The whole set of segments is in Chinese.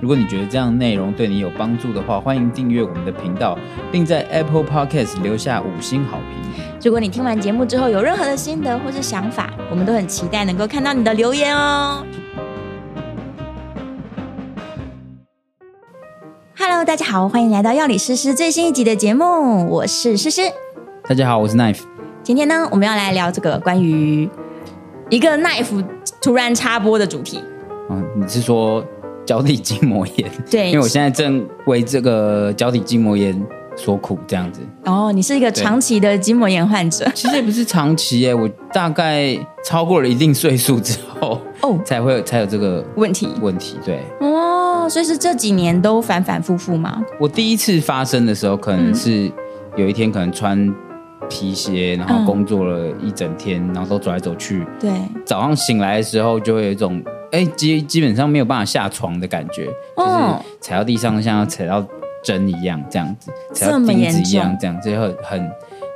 如果你觉得这样内容对你有帮助的话，欢迎订阅我们的频道，并在 Apple Podcast 留下五星好评。如果你听完节目之后有任何的心得或是想法，我们都很期待能够看到你的留言哦。Hello，大家好，欢迎来到药理诗诗最新一集的节目，我是诗诗。大家好，我是 Knife。今天呢，我们要来聊这个关于一个 knife 突然插播的主题。嗯，你是说脚底筋膜 炎？对，因为我现在正为这个脚底筋膜炎所苦，这样子。哦，你是一个对长期的筋膜炎患者其实也不是长期耶，我大概超过了一定岁数之后，哦才会有才有这个问题问题。对哦，所以是这几年都反反复复吗？我第一次发生的时候，可嗯能是有一天可能穿皮鞋，然后嗯工作了一整天，然后都走来走去。对，早上醒来的时候，就会有一种哎基基本上没有办法下床的感觉，哦就是踩到地上像要踩到针一样这样子，踩这到么钉严子重一样这样，这很很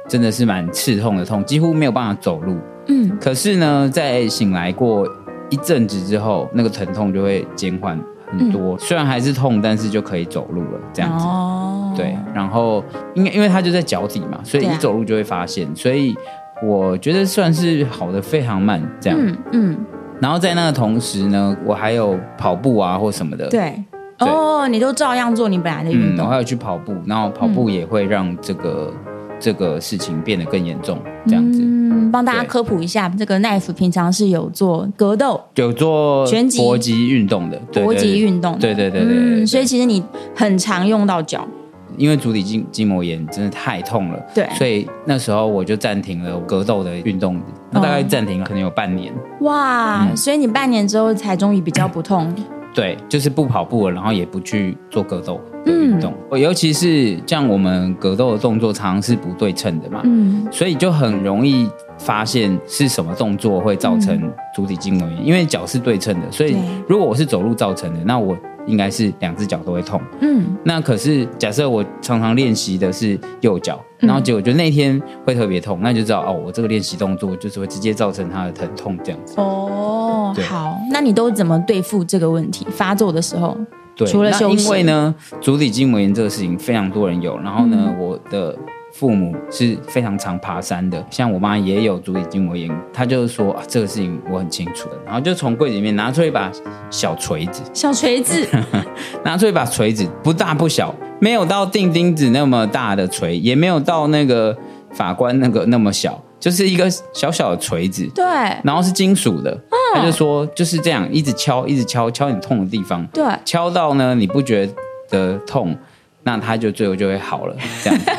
真的是蛮刺痛的痛，几乎没有办法走路。嗯，可是呢，在醒来过一阵子之后，那个疼痛就会减缓很多，嗯虽然还是痛，但是就可以走路了这样子。哦，对，然后因为因为它就在脚底嘛，所以对一啊走路就会发现，所以我觉得算是好的非常慢这样。嗯嗯，然后在那个同时呢，我还有跑步啊或什么的，对，对哦，你都照样做你本来的运嗯，我动，嗯还有去跑步，然后跑步也会让这个、这个事情变得更严重，这样子。嗯，帮大家对科普一下，这个 knife 平常是有做格斗、有做拳击搏击运动的，对搏击，运动的，对对对对对对对嗯，所以其实你很常用到脚，对因为足底筋筋膜炎真的太痛了，对，所以那时候我就暂停了格斗的运动，那大哦概暂停了可能有半年，哇，所以你半年之后才终于比较不痛，嗯对，就是不跑步了，然后也不去做格斗嗯的运动，尤其是像我们格斗的动作常常是不对称的嘛，嗯，所以就很容易发现是什么动作会造成足底筋膜炎，因为脚是对称的，所以嗯对如果我是走路造成的，那我应该是两只脚都会痛。嗯，那可是假设我常常练习的是右脚，然嗯后结果就那天会特别痛，那就知道哦，我这个练习动作就是会直接造成它的疼痛这样子。哦，对好，那你都怎么对付这个问题？发作的时候，对，除了那休息因为呢，足底筋膜炎这个事情非常多人有，然后呢，嗯我的。父母是非常常爬山的，像我妈也有足底筋膜炎，她就说啊这个事情我很清楚的，然后就从柜子里面拿出一把小锤子，小锤 子，拿出一把锤子，不大不小，没有到钉钉子那么大的锤，也没有到那个法官那个那么小，就是一个小小的锤子，对然后是金属的，哦他就说就是这样一直敲，一直敲，敲你痛的地方，对，敲到呢你不觉得痛，那它就最后就会好了，这样子。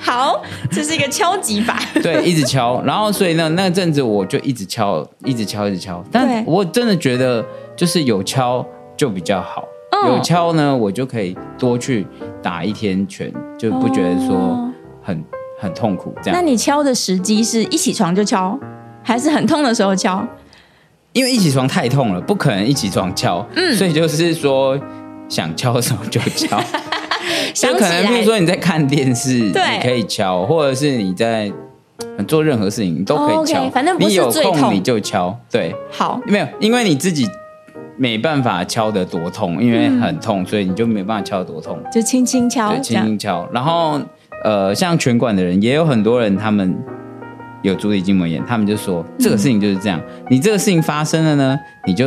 好，这是一个敲击法，对，一直敲，然后所以呢那阵子我就一直敲，一直敲，一直敲，但对我真的觉得就是有敲就比较好。嗯有敲呢，我就可以多去打一天拳，就不觉得说哦很、很痛苦这那样。你敲的时机是一起床就敲，还是很痛的时候敲？因为一起床太痛了，不可能一起床敲，嗯所以就是说想敲的时候就敲。想就起可能，来比如说你在看电视，你对可以敲，或者是你在呃做任何事情，你都可哦以，OK，敲。反正不是你有最痛空你就敲，对，好，没有，因为你自己没办法敲得多痛，因为嗯很痛，所以你就没办法敲得多痛，就轻轻敲对，这轻样。轻敲。然后呃，像拳馆的人，也有很多人他们。有足底筋膜炎，他们就说这个事情就是这样。嗯你这个事情发生了呢，你就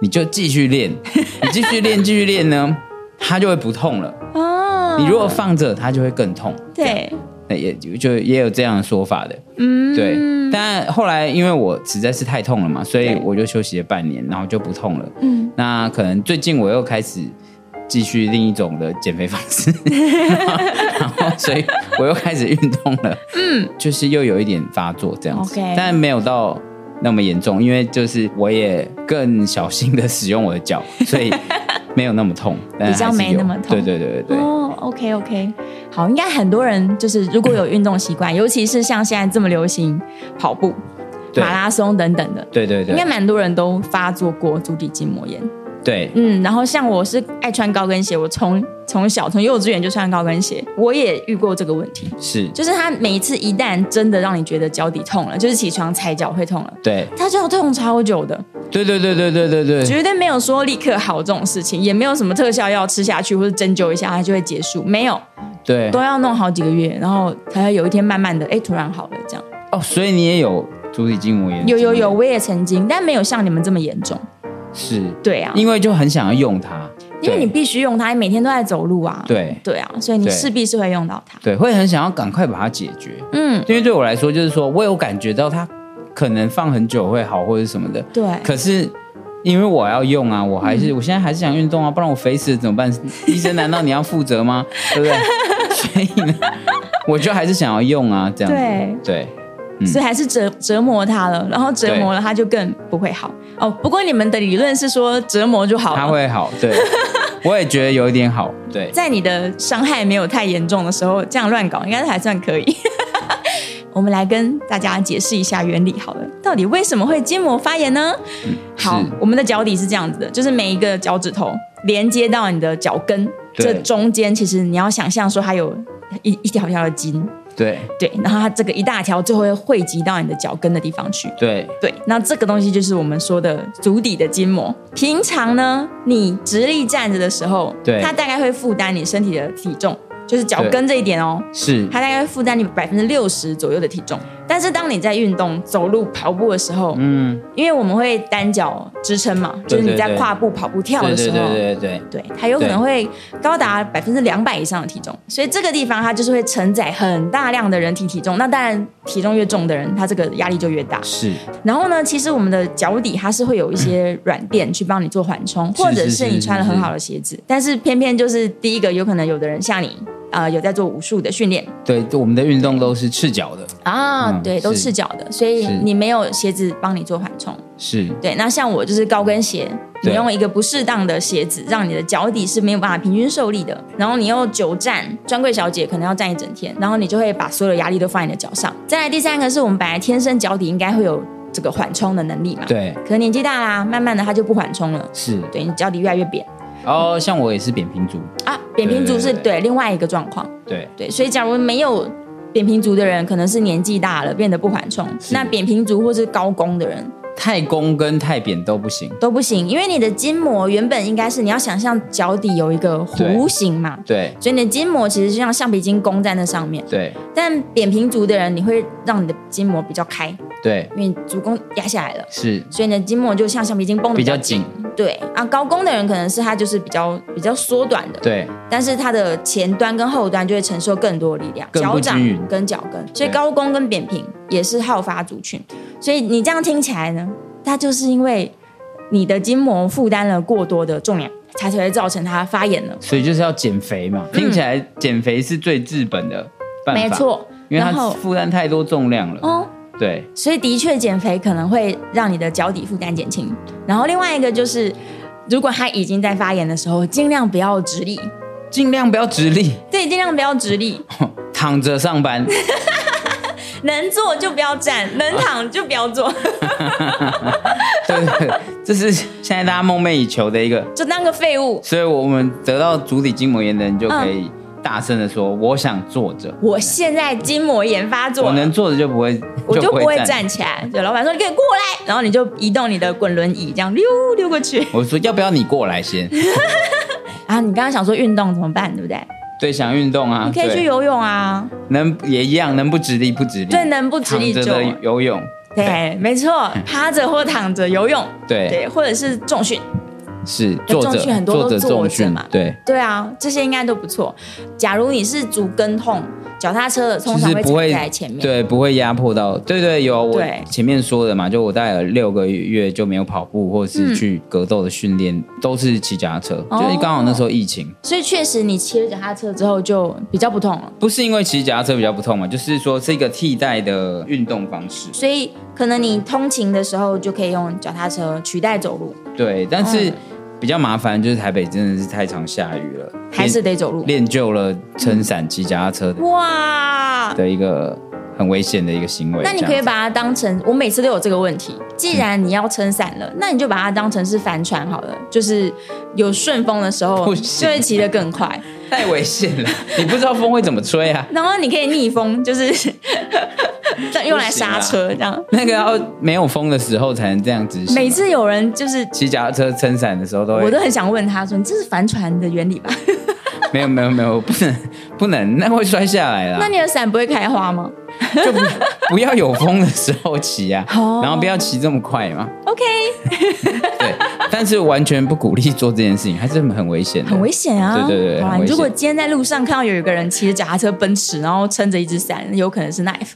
你就继续练，你继续练，继续练呢，它就会不痛了。哦，你如果放着，它就会更痛。对，那也就就也有这样的说法的，嗯，对。但后来因为我实在是太痛了嘛，所以对我就休息了半年，然后就不痛了。嗯，那可能最近我又开始继续另一种的减肥方 式，然后所以我又开始运动了。嗯，就是又有一点发作这样子 OK 但没有到。那么严重，因为就是我也更小心的使用我的脚，所以没有那 么痛，但是比较还是没有那么痛对对对对对。哦，OK OK，好，应该很多人就是如果有运动习惯，尤其是像现在这么流行跑步、对马拉松等等的，对对应该对，蛮多人都发作过足底筋膜炎。对，嗯，然后像我是爱穿高跟鞋，我从从小从幼稚园就穿高跟鞋，我也遇过这个问题，是，就是它每一次一旦真的让你觉得脚底痛了，就是起床踩脚会痛了，对，它就要痛超久的，对对对对对对对，绝对没有说立刻好这种事情，也没有什么特效药吃下去或者针灸一下它就会结束，没有，对都要弄好几个月，然后才会有一天慢慢的，哎，突然好了这样。哦，所以你也有足底筋膜炎？有有有，，我也曾经，但没有像你们这么严重。是对啊，因为就很想要用它，因为对你必须用它，你每天都在走路啊。对对啊，所以你对势必是会用到它。对会很想要赶快把它解决，嗯，因为对我来说就是说我有感觉到它可能放很久会好或者什么的，对。可是。因为我要用啊，我还嗯是、我现在还是想运动啊，不然我肥死了怎么办？ 医生难道你要负责吗？对不 对？所以呢，我就还是想要用啊，这样子。对，嗯所以还是折折磨它了，然后折磨了它就更不会好哦。不过你们的理论是说折磨就好它了，会好。对，我也觉得有一点好。对，在你的伤害没有太严重的时候，这样乱搞应该还算可以。 我们来跟大家解释一下原理好了，到底为什么会筋膜发炎呢？好嗯是，我们的脚底是这样子的，就是每一个脚趾头连接到你的脚跟，对这中间其实你要想象说它有一一条条的筋，对对，然后它这个一大条最后会汇集到你的脚跟的地方去。对对，那这个东西就是我们说的足底的筋膜。平常呢，你直立站着的时候，对它大概会负担你身体的体重，就是脚对跟这一点哦，是，它大概会负担你百分之六十左右的体重。但是当你在运动、走路、跑步的时候，嗯，因为我们会单脚支撑嘛，就是你对在对跨步、跑步、跳对的时对候，对对对对它有可能会高达百分之两百以上的体重，所以这个地方它就是会承载很大量的人体体重。那当然，体重越重的人，他这个压力就越大。是，然后呢，其实我们的脚底它是会有一些软垫去帮你做缓冲，是或者嗯是是是你穿了很好的鞋子，但是偏偏就是第一个，有可能有的人像你。呃，有在做武术的训练对我们的运动都是赤脚的，啊，嗯对，都是赤脚的，所以是你没有鞋子帮你做缓冲。是对，那像我就是高跟鞋，你对用一个不适当的鞋子，让你的脚底是没有办法平均受力的。然后你又久站，专柜小姐可能要站一整天，然后你就会把所有的压力都放在你的脚上。再来第三个是我们本来天生脚底应该会有这个缓冲的能力嘛，对可能年纪大啦，慢慢的它就不缓冲了，是。对你脚底越来越扁哦，像我也是扁平足，啊。扁平足是对对对对另外一个状况，对对，所以假如没有扁平足的人，可能是年纪大了变得不缓冲，是那扁平足或是高弓的人，太弓跟太扁都不行。都不行，因为你的筋膜原本应该是你要想象脚底有一个弧形嘛，对所以你的筋膜其实就像橡皮筋弓在那上面。对但扁平足的人，你会让你的筋膜比较开，对，因为你足弓压下来了，是所以你的筋膜就像橡皮筋绷得比较紧紧。。对啊，高弓的人可能是他就是比较比较缩短的，对但是它的前端跟后端就会承受更多的力量，更脚不掌均匀跟脚跟，所以对高弓跟扁平也是好发族群。所以你这样听起来呢，它就是因为你的筋膜负担了过多的重量，才才会造成它发炎了。所以就是要减肥嘛。听起来减肥是最治本的办法，嗯没，错，因为然它后负担太多重量了。哦，对所以的确减肥可能会让你的脚底负担减轻。然后另外一个就是，如果它已经在发炎的时候，尽量不要直立，尽量不要直立， 对，尽量不要直立，躺着上班。 能坐就不要站，能躺就不要 坐。对对对，这是现在大家梦寐以求的一个。就当个废物。所以我们得到足底筋膜炎的人就嗯可以大声的说：“我想坐着，我现在筋膜炎发作我了，能坐着就不会，我就不不会站。”站起来。对，老板说你可以过来，然后你就移动你的滚轮椅，这样溜溜过去。我说：“要不要你过 来先啊，你刚刚想说运动怎么办，对不对？？”对，想运动啊，你可以去对游泳啊，能也一样，能不直立不直立，对，能不直立躺就着的游泳，对，没错，趴着或躺着游泳，对对，或者是重训。是坐重训着很多都坐着坐着重训嘛对，对啊，这些应该都不错。假如你是足跟痛，脚踏车的通就常是会不踩会在前面。对，不会压迫到。对对，有我对前面说的嘛，就我大概有六个月就没有跑步或是去格斗的训练，都是骑脚踏车，嗯哦就是刚好那时候疫情，所以确实，你骑了脚踏车之后就比较不痛了。不是因为骑脚踏车比较不痛嘛，就是说是一个替代的运动方式。所以可能你通勤的时候就可以用脚踏车取代走路。对，但是嗯比较麻烦就是台北真的是太常下雨了，还是得走路。练就了撑伞、骑脚踏车的哇，的一个很危险的一个行为。那你这样可以子嗯把它当成，我每次都有这个问题。既然你要撑伞了，那你就把它当成是帆船好了，就是有顺风的时候不就行会骑得更快。太危险了，你不知道风会怎么吹啊。然后你可以逆风，就是 用来啊刹车这样。那个要没有风的时候才能这样执行啊。每次有人就是，骑脚踏车撑伞的时候都我会都很想问他说：“你这是帆船的原理 吧？没有没有没有， 不能不能，那会摔下来那啦。你的伞不会开花吗就不不要有风的时候骑啊，哦然后不要骑这么快嘛。 ？”OK，对，但是完全不鼓励做这件事情，还是很危险的。很危险啊！对对对哇！很危你险如果今天在路上看到有一个人骑着脚踏车奔驰，然后撑着一只伞，有可能是 knife。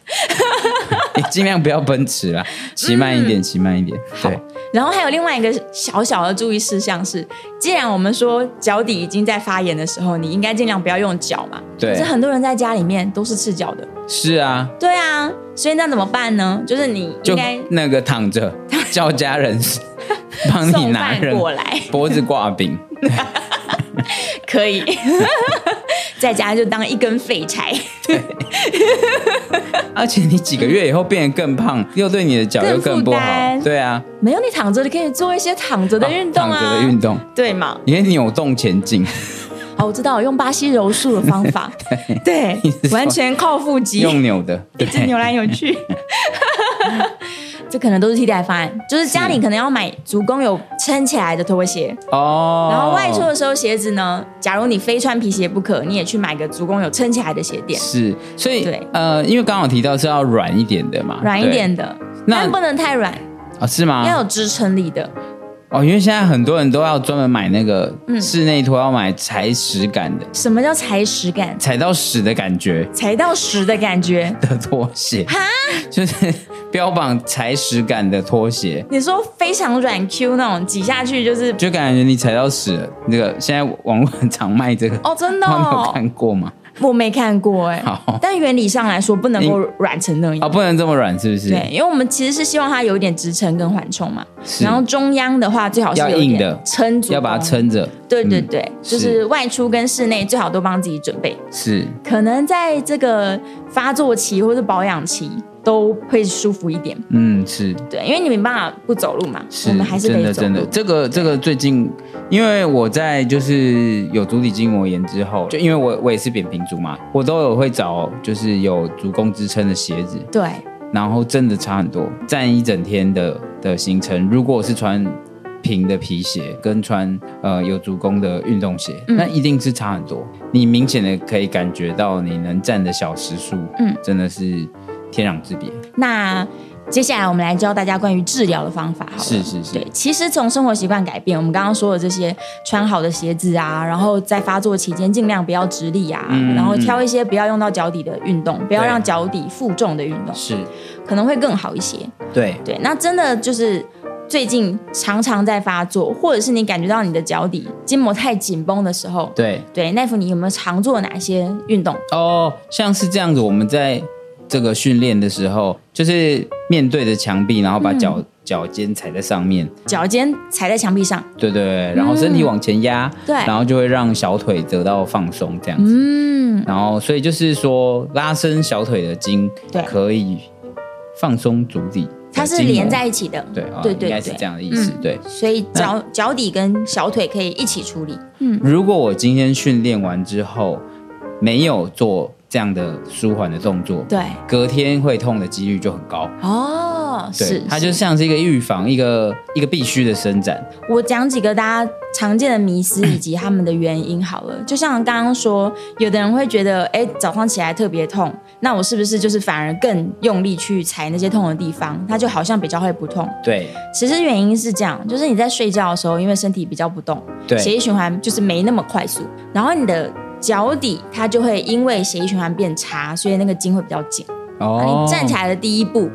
你尽量不要奔驰啦，骑慢一嗯点，骑慢一点。对，然后还有另外一个小小的注意事项是，既然我们说脚底已经在发炎的时候，你应该尽量不要用脚嘛。对可是很多人在家里面都是赤脚的。是啊，对啊，所以那怎么办呢？就是你应就该那个躺着叫 家人帮你送拿饭人过来，脖子 挂饼，可以。 在家就当一根废柴，而且你几个月以后变得更胖，又对你的脚又更更负不好担。对啊，哦没有你躺着，你可以做一些躺着的运动啊，躺着的运动，对嘛？你可以扭动前进，哦，我知道，用巴西柔术的方法， 对，是说完全靠腹肌，用扭的，一直扭来扭去。 这可能都是替代方案，就是家里可能要买足弓有撑起来的拖鞋，哦。然后外出的时候鞋子呢，假如你非穿皮鞋不可，你也去买个足弓有撑起来的鞋垫，是，所以对呃，因为刚好提到是要软一点的嘛，软一对点的，那但不能太软，哦，是要吗？有支撑力的。哦，因为现在很多人都要专门买那个嗯室内拖，要买踩屎感的，什么叫踩屎感？踩到屎的感觉踩到屎的感觉。的拖鞋，就是标榜踩屎感的拖鞋。你说非常软 Q 那种，挤下去就是就感觉你踩到屎了，那个现在网络很常卖这个，哦，真的、你有哦，看过吗？我没看过哎、好但原理上来说不能够软成那样哦，。不能这么软，是不是？对，因为我们其实是希望它有一点支撑跟缓冲嘛。是然后中央的话，最好是要有一硬点的撑足，哦要把它。撑着，对对嗯对，就是是外出跟室内最好都帮自己准备。是可能在这个发作期或者保养期都会舒服一点。嗯是对，因为你没办法不走路嘛，是，我们还是得真走的路。真的，这个这个最近，因为我在就是有足底筋膜炎之后，就因为我我也是扁平足嘛，我都有会找就是有足弓支撑的鞋子，对，然后真的差很多。站一整天的的行程，如果我是穿平的皮鞋跟穿呃有足弓的运动鞋，嗯那一定是差很多。你明显的可以感觉到你能站的小时数，嗯嗯，真的是天壤之别。那接下来我们来教大家关于治疗的方法好了。是是是对，其实从生活习惯改变，我们刚刚说的这些穿好的鞋子啊，然后在发作期间尽量不要直立啊，嗯然后挑一些不要用到脚底的运动，不要让脚底负重的运动，是，可能会更好一些。对，对，那真的就是。最近常常在发作，或者是你感觉到你的脚底筋膜太紧绷的时候，对。对，奈夫，你有没有常做哪些运动？哦，像是这样子，我们在这个训练的时候，就是面对着墙壁，然后嗯把脚、脚尖踩在上面，脚尖踩在墙壁上，对对对，然后身体往前压，嗯对然后就会让小腿得到放松，这样子。嗯，然后，所以就是说，拉伸小腿的筋对，可以放松足底，哦它是连，在一起的，对啊，对对应该是对这样的意思，嗯对。所以脚脚底跟小腿可以一起处理。如果我今天训练完之后没有做这样的舒缓的动作，对，隔天会痛的几率就很高。哦，对是，，它是就像是一个预防，一个一个必须的伸展。我讲几个大家常见的迷思以及他们的原因好了。就像刚刚说，有的人会觉得，哎，早上起来特别痛，那我是不是就是反而更用力去踩那些痛的地方，它就好像比较会不痛？对其实原因是这样，就是你在睡觉的时候，因为身体比较不动，血对液循环就是没那么快速，然后你的脚底它就会因为血液循环变差，所以那个筋会比较紧。然哦后你哎站起来的第一步，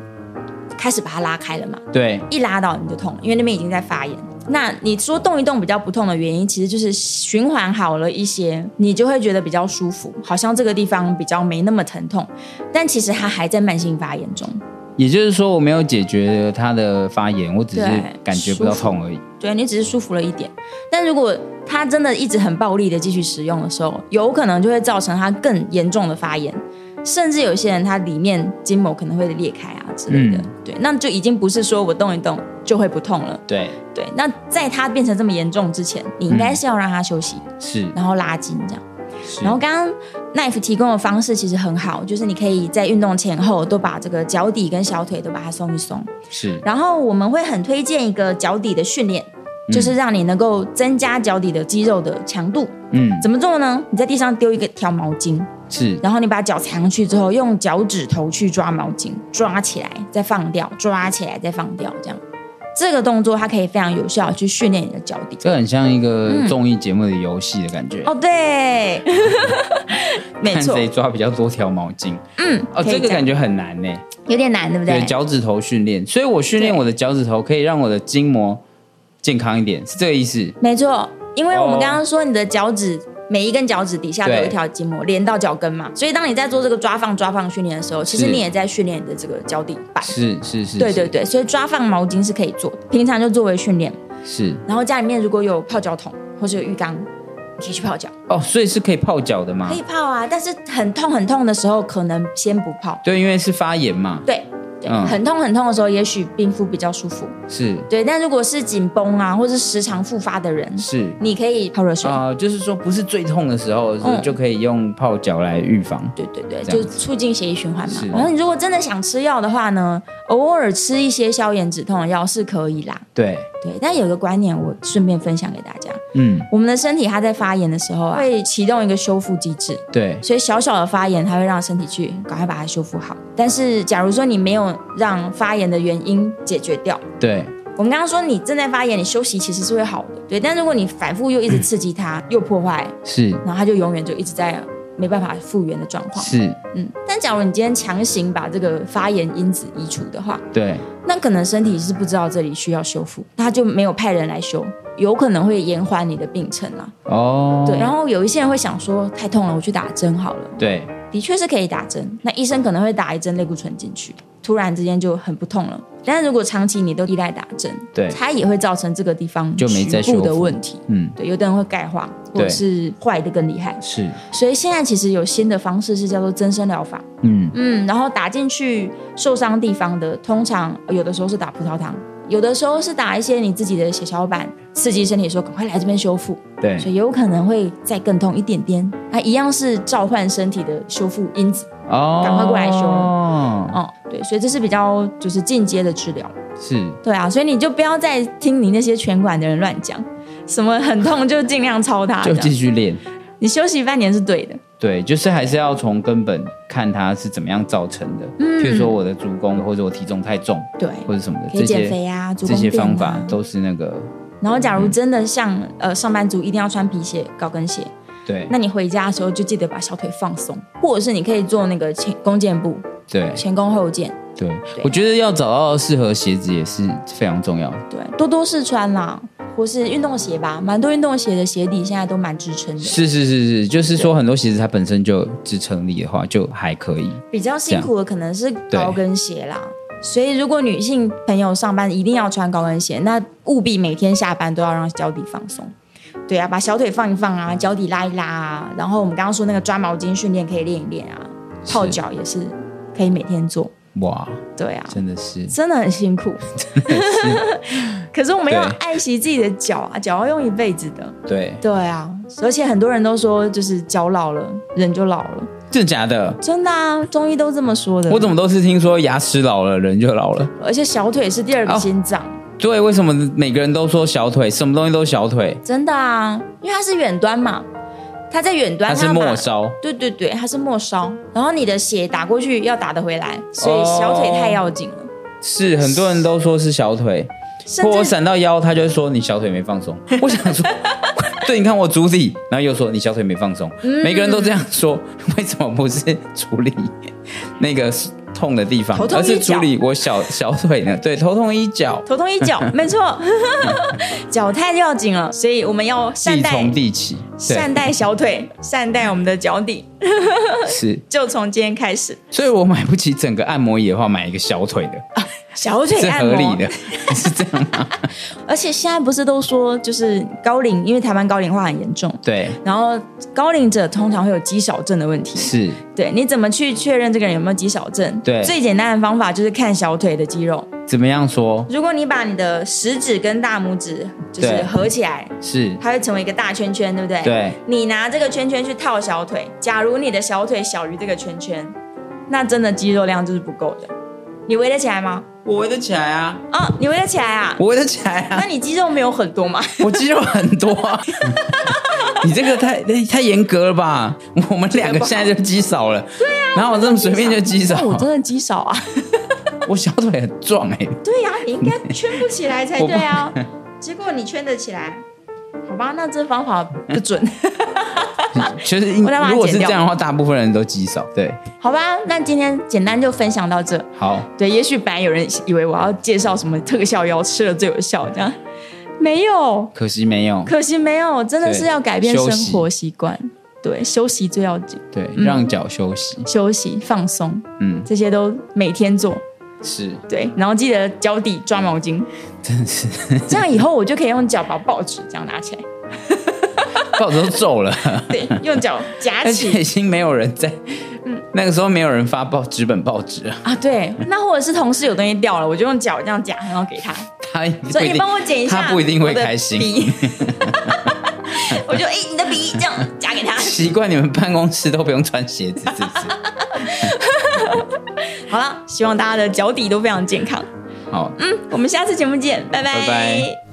开始把它拉开了嘛，对一拉到你就痛了，因为那边已经在发炎。那你说动一动比较不痛的原因，其实就是循环好了一些，你就会觉得比较舒服，好像这个地方比较没那么疼痛，但其实它还在慢性发炎中。也就是说，我没有解决它的发炎，我只是对感觉不到舒服痛而已。对啊你只是舒服了一点。但如果它真的一直很暴力的继续使用的时候，有可能就会造成它更严重的发炎，甚至有些人它里面筋膜可能会裂开啊之类的。嗯对，那就已经不是说我动一动就会不痛了。对，对，那在它变成这么严重之前，你应该是要让它休息，是，然后拉筋这样。是然后刚刚 Knife 提供的方式其实很好，就是你可以在运动前后都把这个脚底跟小腿都把它松一松。是，然后我们会很推荐一个脚底的训练，就是让你能够增加脚底的肌肉的强度。嗯，怎么做呢？你在地上丢一个条毛巾，是，然后你把脚踩上去之后，用脚趾头去抓毛巾，抓起来再放掉，抓起来再放掉，这样。这个动作它可以非常有效地去训练你的脚底。这很像一个综艺节目的游戏的感觉，嗯哦， 对，没看错，谁抓比较多条毛巾。嗯，哦，可以这个样感觉很难呢。有点难，对不对，对？脚趾头训练，所以我训练对我的脚趾头，可以让我的筋膜健康一点，是这个意思。没错，因为我们哦刚刚说你的脚趾。每一根脚趾底下都有一条筋膜连到脚跟嘛，所以当你在做这个抓放抓放训练的时候，其实是你也在训练你的这个脚底板。是是是，对对对，所以抓放毛巾是可以做的，平常就作为训练。是然后家里面如果有泡脚桶或者有浴缸，你可以去泡脚，哦，所以是可以泡脚的吗可？以泡啊。但是很痛很痛的时候，可能先不泡。对，因为是发炎嘛，对对，嗯很痛很痛的时候，也许冰敷比较舒服。是对，但如果是紧绷啊，或是时常复发的人，是你可以泡热水。啊、就是说不是最痛的时候，嗯就可以用泡脚来预防。对对对，这就样促进血液循环嘛是。然后你如果真的想吃药的话呢，偶尔吃一些消炎止痛的药是可以啦。对，对，但有一个观念，我顺便分享给大家：嗯，我们的身体它在发炎的时候啊，会启动一个修复机制，对，所以小小的发炎，它会让身体去赶快把它修复好。但是，假如说你没有让发炎的原因解决掉，对，我们刚刚说你正在发炎，你休息其实是会好的，对。但如果你反复又一直刺激嗯它，又破坏，是然后它就永远就一直在没办法复原的状况。是，嗯，但假如你今天强行把这个发炎因子移除的话，对，那可能身体是不知道这里需要修复，他就没有派人来修，有可能会延缓你的病程啊。哦，对，然后有一些人会想说，太痛了，我去打针好了。对，的确是可以打针，那医生可能会打一针类固醇进去，突然之间就很不痛了。但是如果长期你都依赖打针，对它也会造成这个地方就没再局部修的复问题。嗯，对，有的人会钙化，或者对是坏的更厉害。是，所以现在其实有新的方式是叫做增生疗法，嗯，嗯，然后打进去受伤地方的，通常呃有的时候是打葡萄糖，有的时候是打一些你自己的血小板，刺激身体说赶快来这边修复，对，所以有可能会再更痛一点点。那一样是召唤身体的修复因子哦，赶快过来修哦，哦、对，所以这是比较就是进阶的治疗，是，对啊，所以你就不要再听你那些拳馆的人乱讲，什么很痛就尽量抄他，就这样继续练。你休息半年是对的，对，就是还是要从根本看它是怎么样造成的。嗯譬如说我的足弓，或者我体重太重，对，或者什么的，可以这减些肥啊，足这弓些垫方啊法都是那个然后，假如真的像、呃上班族一定要穿皮鞋、高跟鞋，对那你回家的时候就记得把小腿放松，或者是你可以做那个前弓箭步，对前弓后箭，对。我觉得要找到适合鞋子也是非常重要的。对，多多试穿啦，或是运动鞋吧，蛮多运动鞋的鞋底现在都蛮支撑的，是是是是，就是说很多鞋子它本身就有支撑力的话，就还可以。比较辛苦的可能是高跟鞋啦。所以，如果女性朋友上班一定要穿高跟鞋，那务必每天下班都要让脚底放松。对啊，把小腿放一放啊，嗯脚底拉一拉啊。然后我们刚刚说那个抓毛巾训练可以练一练啊，是泡脚也是可以每天做。哇，对啊，真的是真的很辛 苦。可是我们要对爱惜自己的脚啊，脚要用一辈子的。对，对啊，而且很多人都说，就是脚老了，人就老了。真的假的？真的啊，中医都这么说的。我怎么都是听说牙齿老了人就老了？而且小腿是第二个哦心脏，对，为什么每个人都说小腿，什么东西都小腿？真的啊，因为它是远端嘛，它在远端，它是要把末。梢。对对对，它是末梢，然后你的血打过去要打得回来，所以哦小腿太要紧了，是很多人都说是小腿，或甚我至闪到腰，他就会说你小腿没放松。 我想说，对，你看我足底，然后又说你嗯 小腿没放松，每个人都这样说，为什么不是处理那个痛的地方头，痛而医是脚处理我小小腿呢。对，头痛医脚，头痛医 脚，没错， 脚太要紧了，所以我们要善地待从地起。善对，待小腿，善待我们的脚底，是，就从今天开始，所以我买不起整个按摩椅的话，买一个小腿 的，小腿是按摩合理的， 是这样吗？而且现在不是都说，就是高龄，因为台湾高龄化很严重，对，然后高龄者通常会有肌少症的问题。是，对，你怎么去确认这个人有没有肌少症？对最简单的方法就是看小腿的肌肉。怎么样说？如果你把你的食指跟大拇指就是对合起来，是，它会成为一个大圈圈，对不对？。对，你拿这个圈圈去套小腿，假如你的小腿小于这个圈圈，那真的肌肉量就是不够的。你围得起来吗？我围得起来啊，哦，你围得起来啊？我围得起来啊那，你肌肉没有很多 吗？我肌肉很多、 啊。你这个太太太严格了吧？ 我们两个现在就肌少了，对啊，然后我这么随便就肌少，那我真的肌少啊。我小腿很壮哎、对呀、你应该圈不起来才对 啊。结果你圈得起来，好吧？那这方法不准，其实应啊我再把它如果是剪这掉样的话，大部分人都肌少。对，好吧？那今天简单就分享到这。好，对，也许本来有人以为我要介绍什么特效药吃了最有效，这样没有，可惜没有，可惜没有，真的是要改变对休生息活习惯。对，休息最要紧，对，让脚休息。休息放松，嗯，这些都每天做。是， 对，然后记得脚底抓毛巾，真的是，这样以后我就可以用脚把报纸这样拿起来，报纸都 皱了，对，用脚夹 而起且已经没有人在，嗯那个时候没有人发报纸本报纸了，啊，对，那或者是同事有东西掉了，我就用脚这样夹，然后给他，他不所以一你定帮我捡一下，他不一定会开心。 我的笔我就哎、你的笔这样夹给他。习惯你们办公室都不用穿鞋子，是 不是？好了，希望大家的脚底都非常健康。嗯好，我们下次节目见，拜拜拜